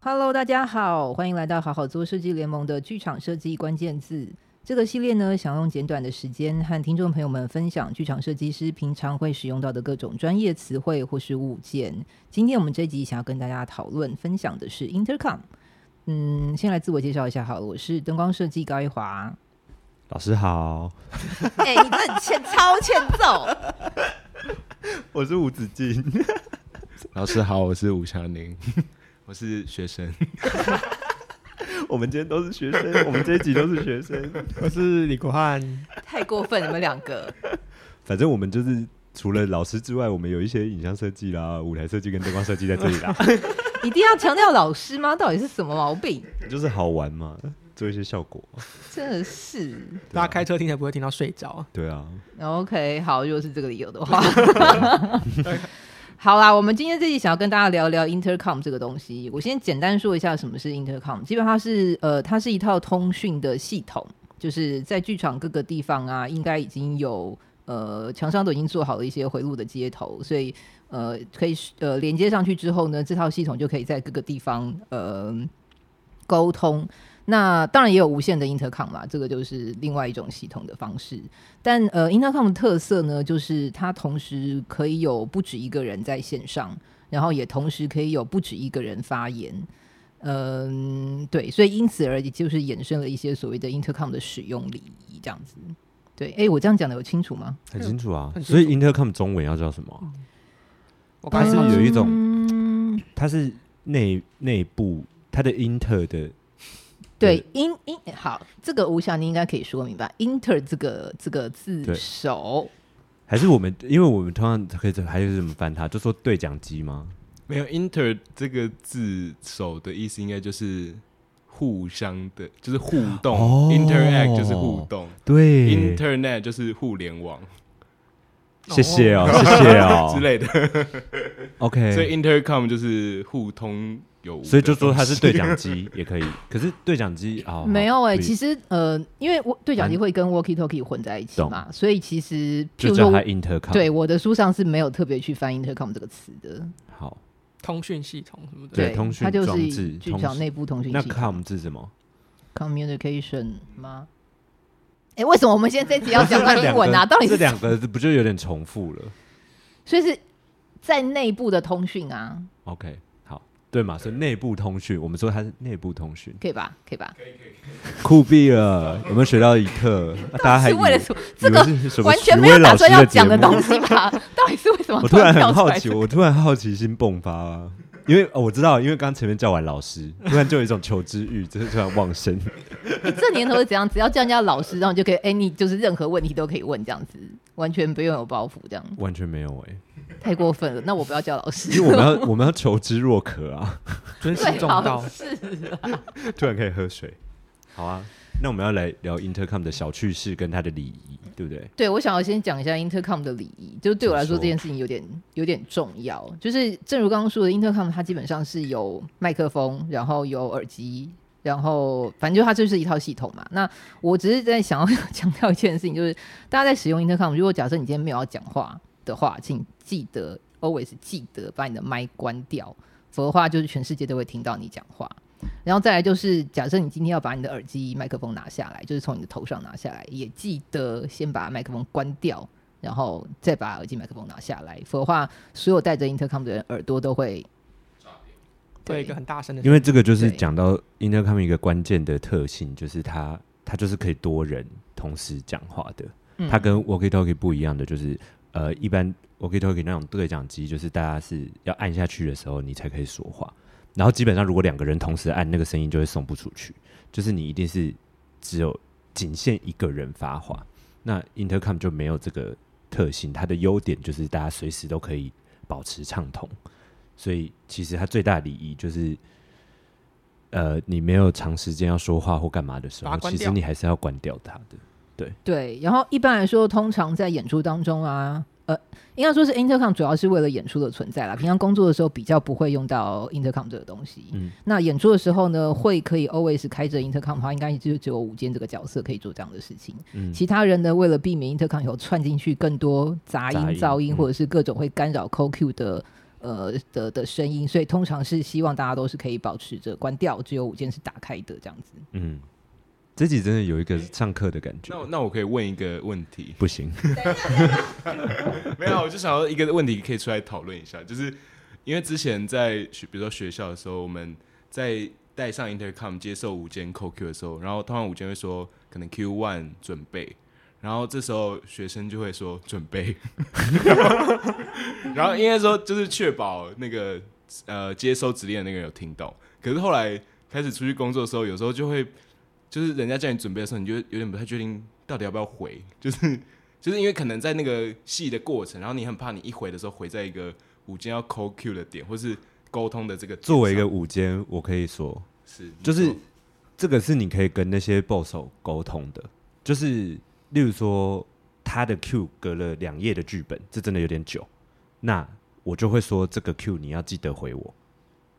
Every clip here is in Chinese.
Hello，大家好，欢迎来到好好做设计联盟的剧场设计关键字。这个系列呢，想用简短的时间和听众朋友们分享剧场设计师平常会使用到的各种专业词汇或是物件。今天我们这集想要跟大家讨论分享的是 Intercom。嗯，先来自我介绍一下好了，我是灯光设计高一华。老师好，哎、你这很欠，超欠揍。我是吴子 敬。老师好，我是吴 祥宁，我是学生。我们今天都是学 生，我们这一集都是学生。我是李国汉，太过分，你们两个。反正我们就是除了老师之外，我们有一些影像设计啦、舞台设计跟灯光设计在这里啦， 一定要强调老师吗？到底是什么毛病？就是好玩嘛，做一些效果。真的是。啊大家开车听才不会听到睡着。对啊， OK，好，如果是这个理由的话，好啦，我们今天这集想要跟大家聊聊 intercom 这个东西。我先简单说一下什么是 intercom，基本上它是呃，它是一套通讯的系统，就是在剧场各个地方啊，应该已经有呃墙上都已经做好了一些回路的接头，所以呃可以呃连接上去之后呢，这套系统就可以在各个地方呃沟通。那当然也有无线的 intercom 啦，这个就是另外一种系统的方式。但呃，intercom 的特色呢，就是它同时可以有不止一个人在线上，然后也同时可以有不止一个人发言。嗯，对，所以因此而也就是衍生了一些所谓的 intercom 的使用礼仪，这样子。对，哎，我这样讲的有清楚吗？很清楚啊。很清所楚以 intercom 中文要叫什么啊？我刚它才是有一种，嗯，它是内内部它的 inter 的对，in in 好，这个吴晓你应该可以说明白，inter 这个这个字对首，还是我们，因为我们通常可以还有怎么翻它？就说对讲机吗？没有 “inter” 这个字首的意思，应该就是互相的，就是互动。哦 “interact” 就是互动、对 i n t e r n e t 就是互联网、谢谢哦，谢谢 之哦。类的。 OK，所以 “intercom” 就是互通有无，所以就说它是对讲机也可以，可是对讲机啊，没有哎、哎、其实呃，因为我对讲机会跟 walkie talkie 混在一起嗯懂嘛，所以其实譬就如叫说它我， intercom。对，我的书上是没有特别去翻 intercom 这个词的，好，通讯系统什么的，对通讯它就装是置剧通场讯内部通讯那系统 com 是什么？ communication 吗？哎、为什么我们现在这集要讲到 这英两文啊？个到底这是两个不就有点重复了所以是在内部的通讯啊， ？OK，好，对嘛？所以内部通讯，我们说它是内部通讯，可以吧？可以吧？酷毙了！有没有学到一 课？啊大家还是为了以什么？以这为个是什么完全徐没有威打老算师要的讲节的目东西吧？ 到底是为什么？ 我突然很好这奇，个我突然好奇心迸发啊！因为、哦我知道，因为刚刚前面叫完老师，突然就有一种求知欲，就是突然旺盛。 你这年头是怎样？只要叫人家老师，然后你就可以，哎、你就是任何问题都可以问，这样子完全不用有包袱，这样完全没有哎、太过分了。那我不要叫老师，因为我们 要我们要求知若渴啊！尊师最重好道。是突然可以喝水，好啊。那我们要来聊 intercom 的小趣事跟它的礼仪，对不对？对我想要先讲一下 intercom 的礼仪，就对我来说请说这件事情有点有点重要。就是正如刚刚说的，intercom 它基本上是有麦克风，然后有耳机。然后，反正就它就是一套系统嘛。那我只是在想要 强调一件事情，就是大家在使用 intercom，如果假设你今天没有要讲话的话，请记得 always 记得把你的麦关掉，否则的话就是全世界都会听到你讲话。然后再来就是，假设你今天要把你的耳机麦克风拿下来，就是从你的头上拿下来，也记得先把麦克风关掉，然后再把耳机麦克风拿下来，否则的话，所有戴着 intercom 的人耳朵都会对一个很大声的，因为这个就是对讲到 intercom 一个关键的特性，就是它它就是可以多人同时讲话的。嗯它跟 walkie talkie 不一样的就是，呃，一般 walkie talkie 那种对讲机，就是大家是要按下去的时候你才可以说话。然后基本上如果两个人同时按，那个声音就会送不出去，就是你一定是只有仅限一个人发话。那 intercom 就没有这个特性，它的优点就是大家随时都可以保持畅通。所以其实它最大的礼仪就是，呃，你没有长时间要说话或干嘛的时把候，它关其实掉你还是要关掉它的。对，然后一般来说，通常在演出当中啊，呃，应该说是 intercom 主要是为了演出的存在啦。平常工作的时候比较不会用到 intercom 这个东西。嗯那演出的时候呢，会可以 always 开着 intercom 的话，应该就只有舞间这个角色可以做这样的事情。嗯，其他人呢，为了避免 intercom 有串进去更多杂音、杂音噪音嗯或者是各种会干扰 CoQ 的呃的的声音，所以通常是希望大家都是可以保持着关掉，只有五件是打开的这样子。嗯，这集真的有一个上课的感觉，那。我那我可以问一个问题 不行，没有，我就想要一个问题可以出来讨论一下，就是因为之前在学，比如说学校的时候，我们在带上 intercom 接受午间 CoQ 的时候，然后通常午间会说可能 Q one 准备，然后这时候学生就会说准备， 然后然后应该说就是确保那个呃接收指令的那个人有听到，可是后来开始出去工作的时候，有时候就会就是人家叫你准备的时候，你就有点不太确定到底要不要回，就是就是因为可能在那个戏的过程，然后你很怕你一回的时候回在一个午间要 call Q 的点，或是沟通的这个点作为一个上午间，我可以说，是你就是说这个是你可以跟那些 boss 沟通的，就是例如说他的 Q 隔了两页的剧本，这真的有点久，那我就会说这个 Q 你要记得回我，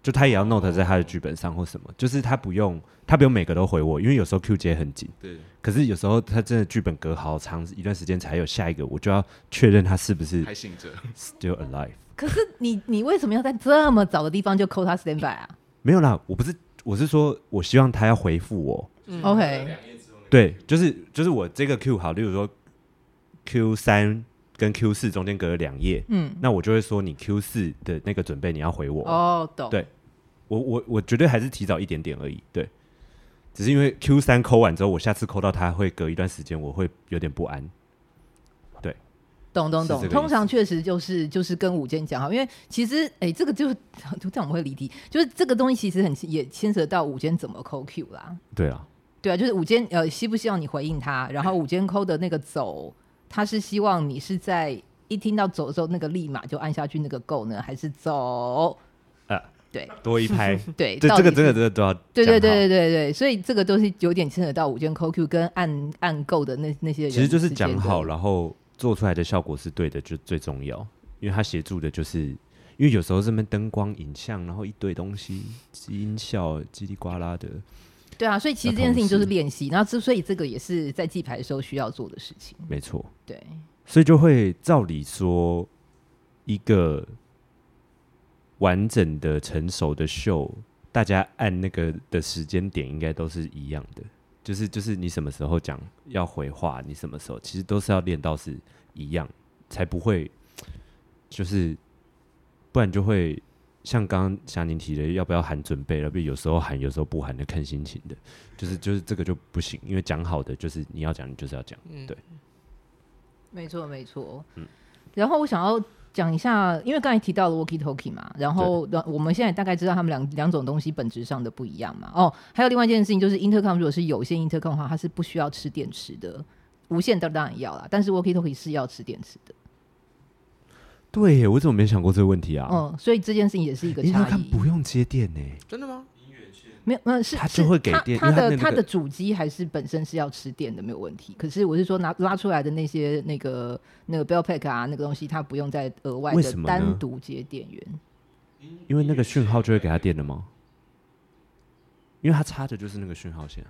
就他也要 note 在他的剧本上或什么，就是他不用他不用每个都回我，因为有时候 Q 接很紧，对可是有时候他真的剧本隔好长一段时间才有下一个，我就要确认他是不是还醒着， still alive。可是你你为什么要在这么早的地方就扣他 stand by 啊没有啦，我不是，我是说我希望他要回复我，嗯？OK，对，就是就是我这个 Q 好，例如说 Q 三跟 Q 四中间隔了两页，嗯，那我就会说你 Q 四的那个准备你要回我，哦，懂。对我我我绝对还是提早一点点而已，对，只是因为 Q 三扣完之后，我下次扣到他会隔一段时间，我会有点不安，懂懂是这懂，个意通思常确实就是就是跟午间讲好，因为其实哎、这个就 就这样我们会离题，就是这个东西其实很也牵扯到午间怎么扣 Q 啦，对啊，对啊，就是午间呃希不希望你回应他，然后午间扣的那个走，他是希望你是在一听到走的时候那个立马就按下去那个 go 呢，还是走？啊，对多 一拍，对，这到这底是个真的真的都要对对讲好对对对对，所以这个都是有点牵扯到午间扣 Q 跟按按 go 的那那些人，其实就是讲好，，然后做出来的效果是对的，就最重要。因为它协助的就是，因为有时候这边灯光、影像，然后一堆东西，音效、叽里呱啦的，对啊，所以其实这件事情就是练习，然后之所以这个也是在记牌的时候需要做的事情。没错。对，所以就会照理说，一个完整的、成熟的秀，大家按那个的时间点应该都是一样的，就是就是你什么时候讲要回话，你什么时候其实都是要练到是一样，才不会就是不然就会像刚刚霞宁提的，要不要喊准备，要不有时候喊，有时候不喊的，看心情的，就是就是这个就不行，因为讲好的就是你要讲，你就是要讲，嗯对没错没错。嗯然后我想要讲一下，因为刚才提到了 walkie talkie 嘛，然后然我们现在大概知道他们两两种东西本质上的不一样嘛。哦，还有另外一件事情就是 intercom 如果是有线 intercom 的话，它是不需要吃电池的。无线的当然要啦，但是 walkie talkie 是要吃电池的，对耶，我怎么没想过这个问题啊？嗯，所以这件事情也是一个因为差他异。不用接电呢、真的吗？没有，嗯、是它是就会给它电它因为它的那它个的主机还是本身是要吃电的，没有问题。可是我是说拿拉出来的那些那个那个 bell pack 啊，那个东西，它不用再额外为的什么呢单独接电源。因为那个讯号就会给他电了吗？因为他插的就是那个讯号线啊，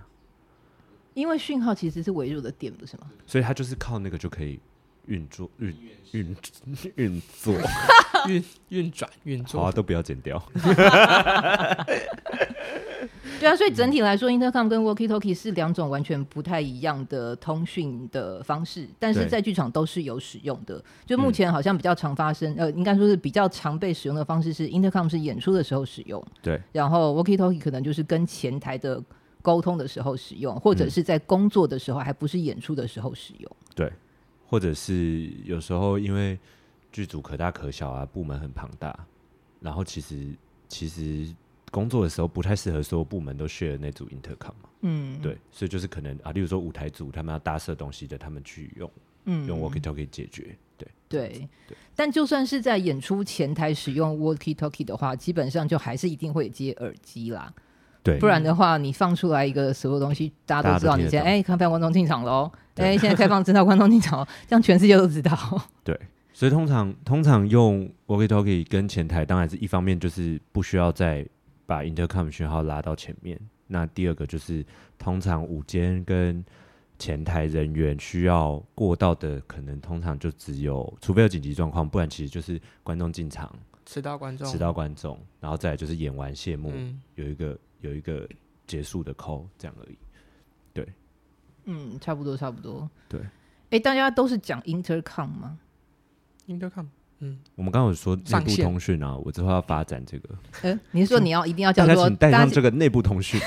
因为讯号其实是微弱的电，不是吗？所以他就是靠那个就可以运作运运 运作。运运转运好作啊，，都不要剪 掉。 对啊，所以嗯整体来说、i n t e r c o m 跟 walkie talkie 是两种完全不太一样的通讯的方式，但是对嗯在剧场都是有使用的。就目前好像比较常发生，呃，应该说是比较常被使用的方式是 intercom 是演出的时候使用，对，然后 walkie talkie 可能就是跟前台的沟通的时候使用，或嗯者是在工作的时候，还不是演出的时候使用。或者是有时候因为剧组可大可小啊，部门很庞大，然后其实其实工作的时候不太适合所有部门都 share 那组 intercom 嘛。嗯，对，所以就是可能啊，例如说舞台组他们要搭设东西的，他们去用嗯用 walkie talkie 解决。对，对，但就算是在演出前台使用 walkie talkie 的话，基本上就还是一定会接耳机啦。对不然的话，你放出来一个所有东西，大家大都家都知道你听得现在到哎，开放观众进场喽，对哎，现在开放真道观众进 场咯，哦这样全世界都知道。哦对，所以通常通常用 walkie talkie 跟前台，当然是一方面就是不需要再把 intercom 讯号拉到前面，那第二个就是通常午间跟前台人员需要过到的，可能通常就只有，除非有紧急状况，不然其实就是观众进场迟到观众，迟到观众，然后再来就是演完谢幕，嗯，有一个有一个结束的扣，这样而已。嗯，差不多差不多。对，哎，大家都是讲 intercom 吗？应该看，嗯，我们刚刚有说内上部线通讯啊，我之后要发展这个，呃，你是说你要一定要大叫家做请带上请这个内部通讯。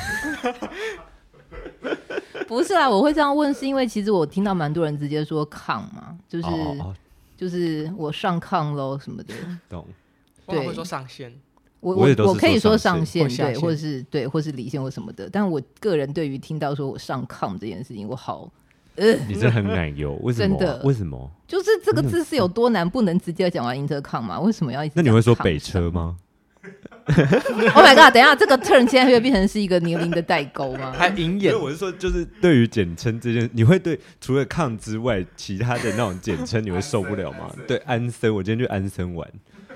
不是啊啦，我会这样问是因为其实我听到蛮多人直接说抗嘛，就是、哦哦哦，就是我上抗喽什么的。懂。我老对会说上线，我我也都是我可以说上上线线或下对，线或是对，或是离线或什么的。但我个人对于听到说我上抗这件事情，我好 你真的很奶 油，为什么啊、真的为什么？就是这个字是有多难，不能直接讲完 intercom 嘛？为什么要一直？那你会说 北车？吗？ Oh my god！等一下，这个 turn 现在会变成是一个年龄的代沟吗？ 还隐因眼为，我是说，就是对于简称这件，你会对除了抗之外，其他的那种简称你会受不了 吗？对，安森，我今天去安森玩，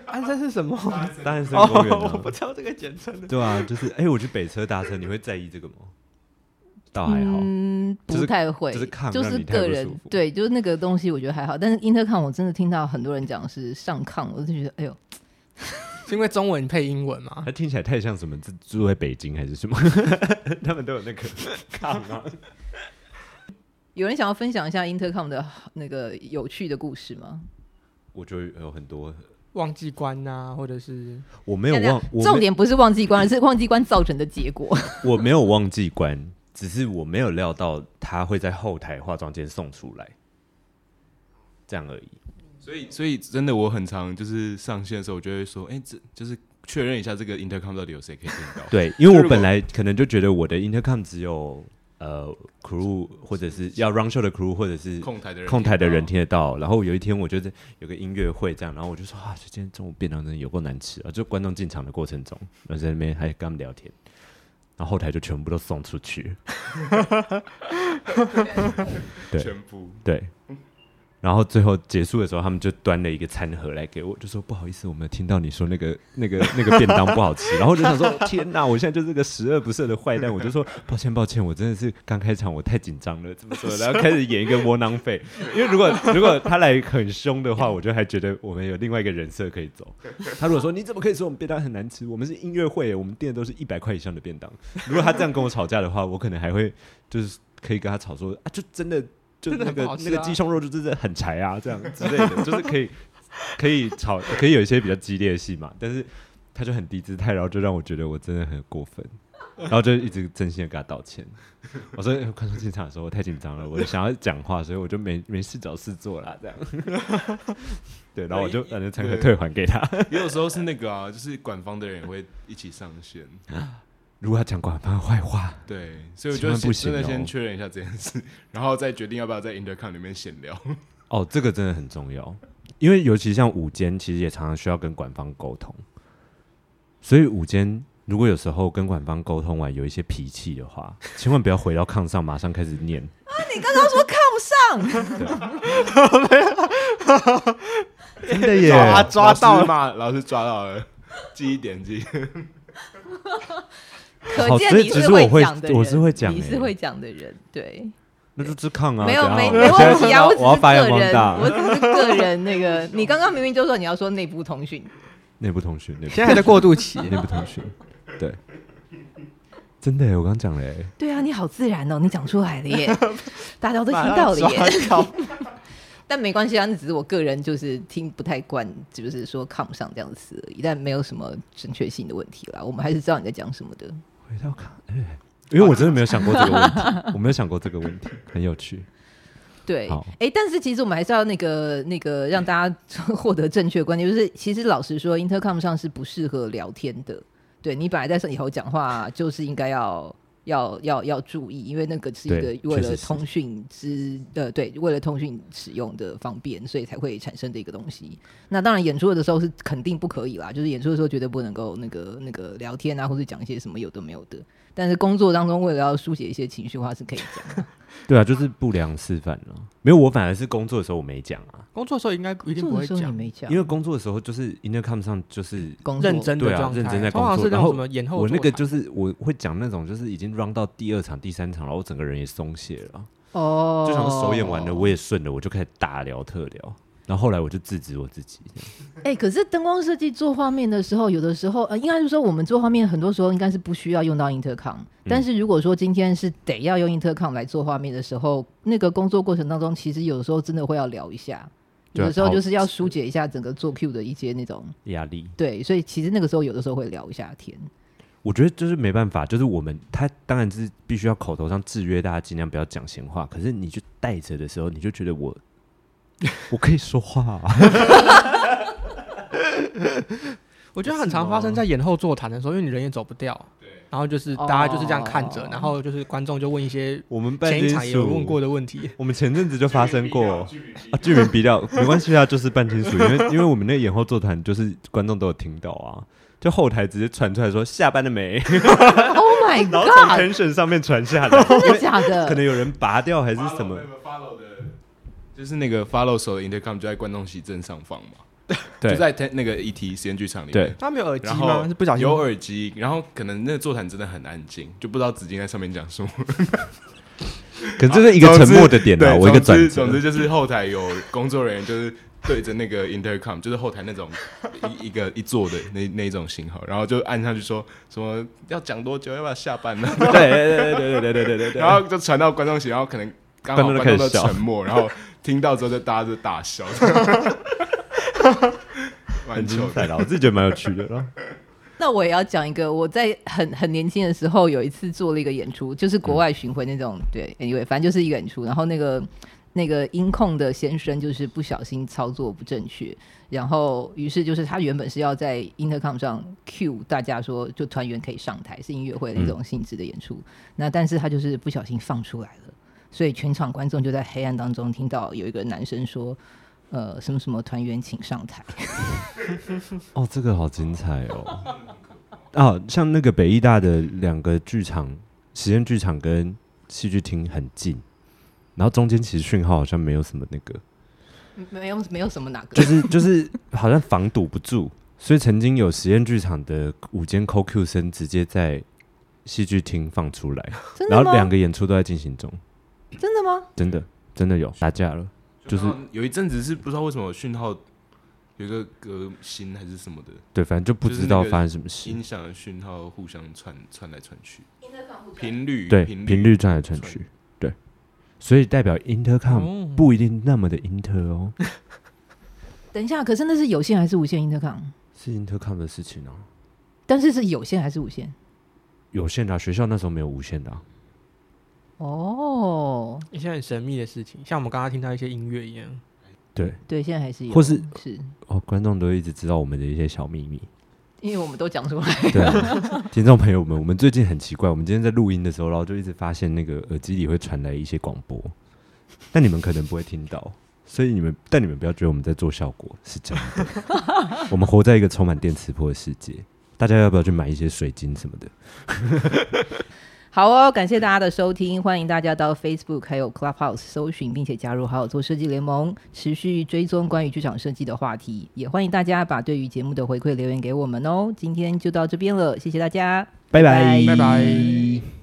安生啊是什么？大安森公园、 哦，我啊不知道这个简称的。对啊，就是哎、我去北车搭车，你会在意这个吗？倒还好，嗯，就是不太会，就是抗就让是你太个不人舒服对，就是那个东西我觉得还好，但是 intercom 我真的听到很多人讲是上抗，我就觉得哎呦，是因为中文配英文吗它？听起来太像什么住住在北京还是什么， 他们都有那个 抗啊。有人想要分享一下 intercom 的那个有趣的故事吗？我觉得有很多，忘记关呐，或者是我没有等一下忘，我没重点不是忘记关，而是忘记关造成的结 果。我没有忘记关，只是我没有料到他会在后台化妆间送出来，这样而已。所以所以真的我很常就是上线的时候，我就会说，哎、这就是确认一下这个 intercom 到底有谁可以听到。对，因为如我果本来可能就觉得我的 intercom 只有呃 crew 或者是要 run show 的 crew 或者是控台的人，控台的人，听得到。然后有一天我就是有个音乐会这样，然后我就说啊，这今天中午便当真的有够难吃啊！就观众进场的过程中，然后在那边还跟他们聊天，然后后台就全部都送出去。对全部对。然后最后结束的时候，他们就端了一个餐盒来给我，就说不好意思，我们听到你说那个那个那个便当不好吃，然后我就想说天哪，我现在就是个十恶不赦的坏蛋，我就说抱歉抱歉，我真的是刚开场我太紧张了，怎么说？然后开始演一个窝囊废，因为如果如果他来很凶的话，我就还觉得我们有另外一个人设可以走。 他如果说你怎么可以说我们便当很难吃，我们是音乐会，我们店都是一百块以上的便当，如果他这样跟我吵架的话，我可能还会就是可以跟他吵说啊，就真的。就真的那很个、不好吃那个啊鸡胸肉就真的很柴啊，这样之类 的，就是可以可以吵，可以有一些比较激烈的戏嘛。但是他就很低姿态，然后就让我觉得我真的很过分，然后就一直真心的给他道歉。我说哎快速进场的时候我太紧张了，我想要讲话，所以我就没没事找事做啦，这样。 对，然后我就把那餐盒退还给他。也有时候是那个啊，就是管方的人也会一起上线。如果他讲管方坏话，对，所以我千就万不先行真的先哦确认一下这件事，然后再决定要不要在 intercom 里面闲聊。哦，这个真的很重要，因为尤其像午间，其实也常常需要跟管方沟通。所以午间如果有时候跟管方沟通完有一些脾气的话，千万不要回到炕上马上开始念。啊，你刚刚说炕上，真的耶！抓抓到了，嘛，老师抓到了，记一点记一点。可见所以你只是是我会讲的人，我是会讲你欸是会讲的人，对，那就吃炕啊！没有等一没下我没问现题在啊，我我只要是发扬个光大人，。我只是个人那个，你刚刚明明就说你要说内部通讯，内部通讯，内部现在还在过渡 期，内部通讯，对，真的耶，我刚讲了耶。对啊，你好自然哦，你讲出来了 耶，大家都听马上到了抓耶，到 但没关系啊，那只是我个人就是听不太惯，就是说看不上这样的词而已，但没有什么正确性的问题啦。我们还是知道你在讲什么的。回到卡，哎因为我真的没有想过这个问题，我没有想过这个问题，很有趣。对，好哎、但是其实我们还是要那个那个让大家 获得正确的观点，就是其实老实说，intercom 上是不适合聊天的。对你本来在上以后讲话，就是应该要要要要注意，因为那个是一对个为确实了是通讯之呃对，为了通讯使用的方便，所以才会产生的一个东西。那当然演出的时候是肯定不可以啦，就是演出的时候绝对不能够那个那个聊天啊，或者讲一些什么有的没有的。但是工作当中为了要疏解一些情绪的话，是可以讲的。对啊，就是不良示范了。没有，我反而是工作的时候我没讲啊，工作的时候应该一定不会做的时候讲你，没讲，因为工作的时候就是 intercom 上就是工作认真的对啊状态，认真在工通常作是那然后种什么延后座我谈，那个就是我会讲那种就是已经 run 到第二场、第三场，然后我整个人也松懈了。哦，就想说首演完了，我也顺了，我就开始大聊特聊。然后后来我就制止我自己，哎、可是灯光设计做画面的时候，有的时候呃，应该是说我们做画面，很多时候应该是不需要用到 intercom、但嗯是如果说今天是得要用 intercom 来做画面的时候，那个工作过程当中，其实有的时候真的会要聊一下，对有啊的时候好就是要疏解一下整个做 Q 的一些那种压力。对，所以其实那个时候有的时候会聊一下天。我觉得就是没办法，就是我们他当然是必须要口头上制约大家尽量不要讲闲话，可是你就带着的时候，你就觉得我我可以说话、啊，我觉得很常发生在演后座谈的时候，因为你人也走不掉，然后就是哦大家就是这样看着，然后就是观众就问一些我们半前金一属场也有问过的问题，我们前阵子就发生 过啊，剧名比较没关系啊，就是半清楚，因为因为我们那个演后座谈就是观众都有听到啊，就后台直接传出来说下班了没， Oh my 然后从 god！ tension 上面传下来，真的假的？可能有人拔掉还是什么， follow 的，就是那个 follow 手的 intercom 就在观众席正上方嘛，对就在 ten- 那个 ET 实验剧场里对面。 他没有耳机然吗？后是不小心有耳机，然后可能那个座谈真的很安静，就不知道紫金在上面讲什么。可能这是一个沉默的点啊，对我一个 总转之折总，之就是后台有工作人员就是对着那个 intercom，就是后台那种一一个一座的那那一种型号，然后就按上去说什么要讲多久，要不要下班呢？ 对对对对对对对对对，然后就传到观众席，然后可能刚好观众都观众都开始笑沉默，然后听到之后就大家就 大笑， 蛮很糗精的。彩 的，我自己觉得蛮有趣的啦。那我也要讲一个，我在很很年轻的时候有一次做了一个演出，就是国外巡回那种，对，anyway，反正就是一个演出，然后那个。那个音控的先生就是不小心操作不正确，然后于是就是他原本是要在 intercom 上 cue 大家说，就团员可以上台，是音乐会那种性质的演出。那但是他就是不小心放出来了，所以全场观众就在黑暗当中听到有一个男生说，呃，什么什么团员请上台。哦，这个好精彩哦！ 啊，像那个北艺大的两个剧场，实验剧场跟戏剧厅很近，然后中间其实讯号好像没有什么那 个，没有没有什么哪个，就是就是好像防堵不住，所以曾经有实验剧场的午间 QQ 声直接在戏剧厅放出来，真然的后两吗？个演出都在进行中，真的吗？真的真的有打架了，就是然后有一阵子是不知道为什么讯号有一个革新还是什么的对，反正就不就是知那道个发生什么事，音响的讯号互相传传来传去，频率对，频频率转来转去，对，所以代表 intercom 哦不一定那么的 inter 哦，等一下，可是那是有线还是无线 intercom？ 是 intercom 的事情哦、但是是有线还是无线？有线的啊、学校那时候没有无线的、啊，哦，一些很神秘的事情，像我们刚刚听到一些音乐一样。对，对，现在还是有，或是是哦，观众都一直知道我们的一些小秘密，因为我们都讲出来， 对啊、听众朋友们，我们最近很奇怪，我们今天在录音的时候，然后就一直发现那个耳机里会传来一些广播，但你们可能不会听到。所以你们，但你们不要觉得我们在做效果，是真的。 我们活在一个充满电磁波的世界，大家要不要去买一些水晶什么的？好哦，感谢大家的收听，欢迎大家到 Facebook 还有 Clubhouse 搜寻，并且加入好好做设计联盟，持续追踪关于剧场设计的话题，也欢迎大家把对于节目的回馈留言给我们哦。今天就到这边了，谢谢大家，拜拜，拜拜